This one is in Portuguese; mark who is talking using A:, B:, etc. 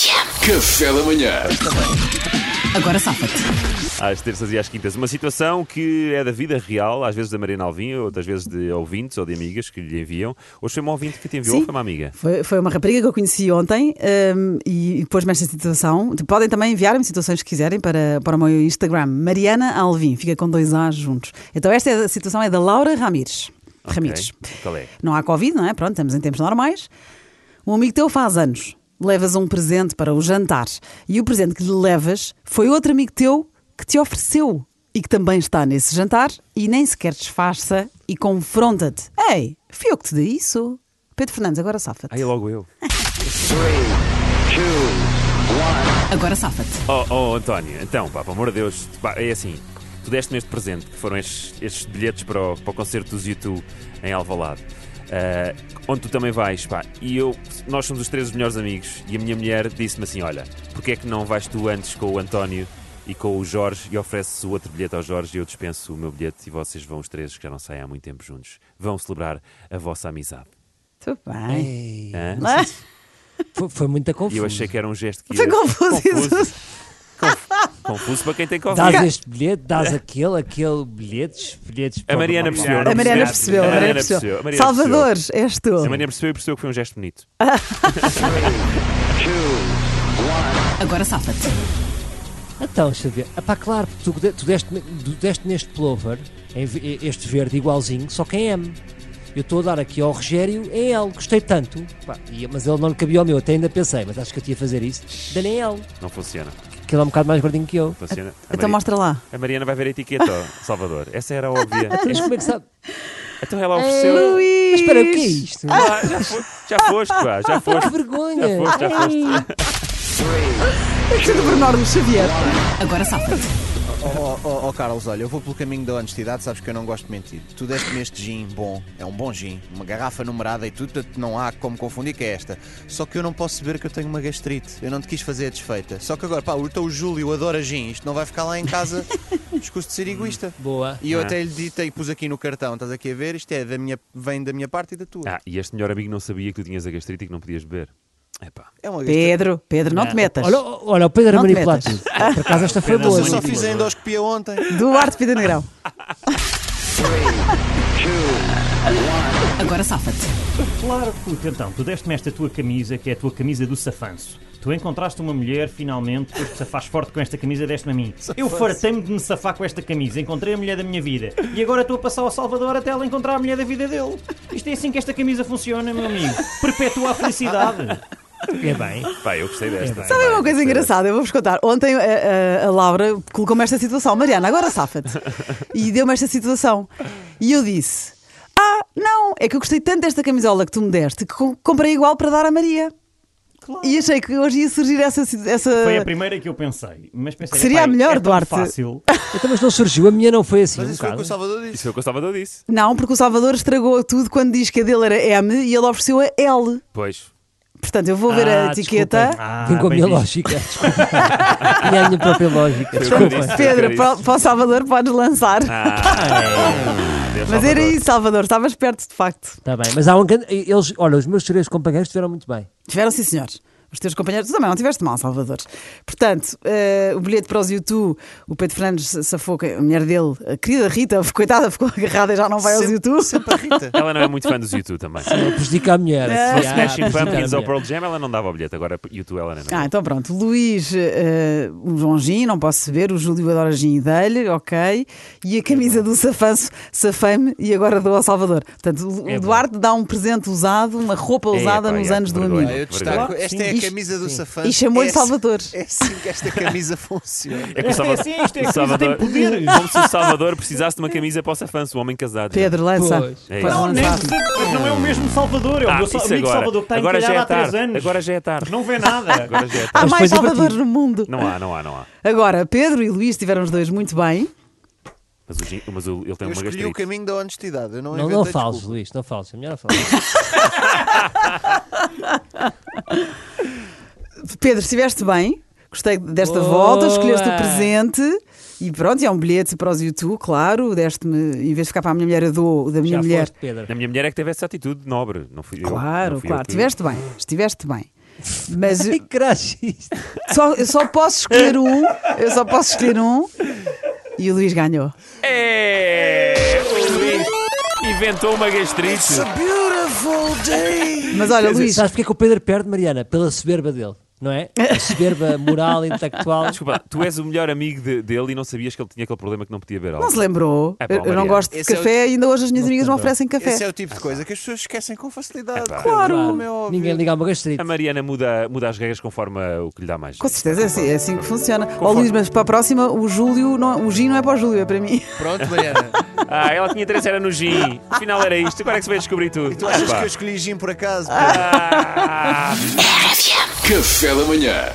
A: Café da manhã.
B: Agora safa-te.
C: Às terças e às quintas. Uma situação que é da vida real, às vezes da Mariana Alvim, outras vezes de ouvintes ou de amigas que lhe enviam. Hoje foi uma ouvinte que te enviou,
B: Sim.
C: ou foi uma amiga.
B: Foi, foi uma rapariga que eu conheci ontem hum, e pôs-me esta situação. Podem também enviar-me situações que quiserem para, para o meu Instagram. Mariana Alvim, fica com dois A's juntos. Então, esta é a situação é da Laura Ramires. Ramires.
C: Ok. Qual é?
B: Não há Covid, não é? Pronto, estamos em tempos normais. Um amigo teu faz anos. Levas um presente para o jantar. E o presente que lhe levas foi outro amigo teu que te ofereceu e que também está nesse jantar e nem sequer disfarça e confronta-te. Ei, fui eu que te dei isso. Pedro Fernandes, agora safa-te.
C: Aí logo eu.
B: Agora safa-te.
C: Oh, oh, António, então, pá, pelo amor de Deus, pá, é assim. Tu deste-me este presente, que foram estes, estes bilhetes para o, para o concerto dos YouTube em Alvalade. ah, onde tu também vais, pá. E eu, nós somos os três os melhores amigos. E a minha mulher disse-me assim: Olha, porque é que não vais tu antes com o António e com o Jorge e ofereces o outro bilhete ao Jorge e eu dispenso o meu bilhete e vocês vão os três, que já não saem há muito tempo juntos, vão celebrar a vossa amizade.
B: Tudo
C: É,
B: bem.
D: Ei,
C: Hã?
B: Ah,
D: É. Foi, foi muita
C: E
D: confusão.
C: eu achei que era um gesto que.
B: Foi
C: ia-
B: confuso isso.
C: Confuso. Conf- confuso para quem tem Covid.
D: Dás este bilhete, dás aquele, aquele bilhetes, bilhetes.
C: A Mariana percebeu, não
B: A Mariana percebeu, a Mariana
C: percebeu,
B: percebeu.
C: a Mariana
B: Salvador, és tu.
C: A Mariana percebeu e percebeu que foi um gesto bonito.
B: Agora safa-te.
D: Então, Xavier, ah pá, claro, porque tu, de- tu deste, tu deste neste plover, em ve- este verde igualzinho, só que em M. Eu estou a dar aqui ao Rogério em L, gostei tanto. Pá, e- mas ele não lhe cabia ao meu, até ainda pensei, mas acho que eu tinha a fazer isso. Dei em L,
C: Não funciona.
D: que ele é um bocado mais gordinho que eu.
C: funciona. A
B: Então
C: Mari-
B: mostra lá.
C: A Mariana vai ver a etiqueta, ó, Salvador. Essa era óbvia.
D: Mas como é que sabe?
C: então ela ofereceu.
B: Luís!
D: Mas espera, o que é isto?
C: Ah, já, fo- já foste, pá, já
D: Que
C: foste.
D: vergonha!
C: Já foste, já foste.
D: Ei.
B: Tudo Bernardo Xavier. Agora safa-te.
E: Oh, oh, oh, Carlos, olha, eu vou pelo caminho da honestidade, sabes que eu não gosto de mentir. Tu deste-me este gin bom, é um bom gin, uma garrafa numerada e tudo, portanto não há como confundir que é esta. Só que eu não posso saber que eu tenho uma gastrite, eu não te quis fazer a desfeita. Só que agora, pá, o teu Júlio adora gin, isto não vai ficar lá em casa, escuso de ser egoísta.
D: Boa.
E: E eu
C: Ah.
E: até lhe ditei, pus aqui no cartão, estás aqui a ver, isto é da minha, vem da minha parte e da tua.
C: Ah, e este melhor amigo não sabia que tu tinhas a gastrite e que não podias beber. Epá.
E: É uma gastrite.
B: Pedro, Pedro,
C: É.
B: não te metas.
D: Olha, olha, o Pedro
B: Não
D: a
B: te
D: manipular
B: metas.
D: tudo. Por acaso esta foi
C: Pedro
D: boa.
C: é
E: Eu só
D: não?
E: fiz a endoscopia ontem.
B: Duarte Pita Negrão. Agora safa-te.
F: Claro, puto, então, tu deste-me esta tua camisa, que é a tua camisa do safanço. Tu encontraste uma mulher, finalmente, depois que te safás forte com esta camisa, deste-me a mim. Eu fartei-me de me safar com esta camisa, encontrei a mulher da minha vida. E agora estou a passar ao Salvador até ela encontrar a mulher da vida dele. Isto é assim que esta camisa funciona, meu amigo. Perpetua a felicidade.
D: É bem.
C: Pá, eu gostei desta.
B: Sabe uma coisa engraçada? Eu vou-vos contar. Ontem eh, a, a- a Laura colocou-me esta situação. Mariana, agora safa-te. E deu-me esta situação. E eu disse: Ah, não, é que eu gostei tanto desta camisola que tu me deste que co- comprei igual para dar à Maria. E achei que hoje ia surgir essa. essa...
F: eh, Foi a primeira que eu pensei. Mas pensei,
B: Que seria
F: "Epá,
B: a melhor,
F: é tão
B: Duarte."
F: fácil.
D: Então, mas não surgiu, a minha não foi assim.
E: Mas
D: um
E: isso foi o que o
D: bocado.
E: Salvador disse.
C: Isso foi o que o Salvador disse.
B: Não, porque o Salvador estragou tudo quando diz que a dele era M e ele ofereceu a L.
C: Pois.
B: Portanto, eu vou ver a
D: Ah,
B: etiqueta.
D: desculpem.
F: Ah,
D: Vim com a
F: bem
D: minha
F: visto.
D: lógica. Desculpa. Tinha a minha própria
C: Foi
D: lógica.
C: o que eu
D: Desculpa.
F: Ah,
C: disse, foi o que eu
B: Pedro,
C: disse.
B: para, para o Salvador podes lançar.
C: Ah, Deus,
B: Mas era
C: Salvador.
B: isso, Salvador, estavas perto de facto.
D: Está bem, mas há um grande. Eles, olha, os meus três companheiros estiveram muito bem.
B: Tiveram, sim, senhores. Os teus companheiros tu também não tiveste mal, Salvador. Portanto, eh, o bilhete para os YouTube, o Pedro Fernandes safou, que a mulher dele, a querida Rita, coitada, ficou agarrada e já não vai aos
E: Sempre-
B: YouTube.
E: Sempre a Rita.
C: Ela não é muito fã dos YouTube também. Se
D: Prejudica a mulher.
C: fosse
D: assim, ah,
C: Smashing
D: prejudica a
C: Pumpkins ou
D: mulher.
C: Pearl Jam, ela não dava o bilhete. Agora, YouTube, ela não.
B: Ah, então pronto. Luís, eh, o João Gin, não posso saber. O Júlio adora Gin e dele, ok. E a camisa do Safanço, safame e agora dou ao Salvador. Portanto, o
D: É bom.
B: Duarte dá um presente usado, uma roupa
C: É,
B: usada
C: pá,
B: nos
C: é,
B: anos
C: que
B: do
C: vergonha.
B: amigo.
E: Ah, eu
C: Claro
E: destaco,
F: que
E: esta é a
F: sim.
E: camisa do Safã.
B: E chamou-lhe
E: É assim-
B: Salvador.
E: É assim que esta camisa funciona.
C: É que o
F: Esta é
C: Salvador,
F: assim, isto é
C: o
F: que isto tem
C: Salvador
F: poder.
C: como se o Salvador precisasse de uma camisa para o Safans, o homem casado.
B: Pedro, lança.
D: Pois.
C: É
B: Pode
C: isso.
F: Não, nem
B: lançar.
F: de- não é o mesmo Salvador, é o
C: Ah,
F: meu
C: isso
F: sa- amigo
C: agora.
F: Salvador que está
C: agora já
F: encalhado
C: é
F: há três
C: tarde.
F: anos.
C: Agora já é tarde.
F: Não vê nada.
C: Agora já é
B: Há
C: tarde.
D: Mas
B: mais
D: foi
B: Salvador
D: divertido.
B: no mundo.
C: Não há, não há, não há.
B: Agora, Pedro e Luís tiveram os dois muito bem.
C: Mas, o, Gin- mas o- ele tem
E: Eu
C: uma
E: escolhi o é
C: gastrite.
E: caminho da honestidade. Eu não,
D: Não, não
E: inventei
D: fales,
E: desculpa.
D: Luís, não fales. É melhor não fales.
B: Pedro, estiveste bem. Gostei desta
D: Boa.
B: volta, escolheste o presente e pronto, e é um bilhete para os YouTube, claro. Deste-me, em vez de ficar para a minha mulher, eu dou o da minha
D: Já
B: mulher.
D: foste, Pedro.
C: A minha mulher é que teve essa atitude nobre. Não fui eu,
B: Claro,
C: não fui eu
B: claro.
C: que-
B: Estiveste bem, estiveste bem. Mas eh,
D: Ai, graxista.
B: só, eu só posso escolher um. Eu só posso escolher um. E o Luís ganhou.
C: É! O Luís inventou uma gastrite.
E: beautiful day!
B: Mas olha, Luís,
D: Sabes porque é que o Pedro perde, Mariana? Pela soberba dele, não é? A soberba moral, intelectual.
C: Desculpa, lá, tu és o melhor amigo de- dele e não sabias que ele tinha aquele problema que não podia beber
B: não
C: álcool.
B: se lembrou.
C: É pá,
B: eu eu não
C: Mariana.
B: gosto de
E: Esse é o-
B: café. Ainda hoje as minhas amigas me oferecem café.
E: Esse é o tipo de coisa que as pessoas esquecem com facilidade.
C: Epá.
B: Claro.
E: Como é óbvio.
D: Ninguém liga a uma
C: A
D: gastrite.
C: Mariana muda, muda as regras conforme uh, o que lhe dá mais.
B: Com certeza, é assim, é assim que funciona. Ó
C: Conforme-
B: Luís, mas para a próxima, o Júlio, não, o Gin não é para o Júlio, é para mim.
E: Pronto, Mariana.
C: Ah, ela tinha interesse era no gin. Afinal era isto. Agora é que se vai descobrir tudo.
E: tu achas
C: Epá.
E: que eu escolhi gin por acaso?
C: Ah!
A: Café da Manhã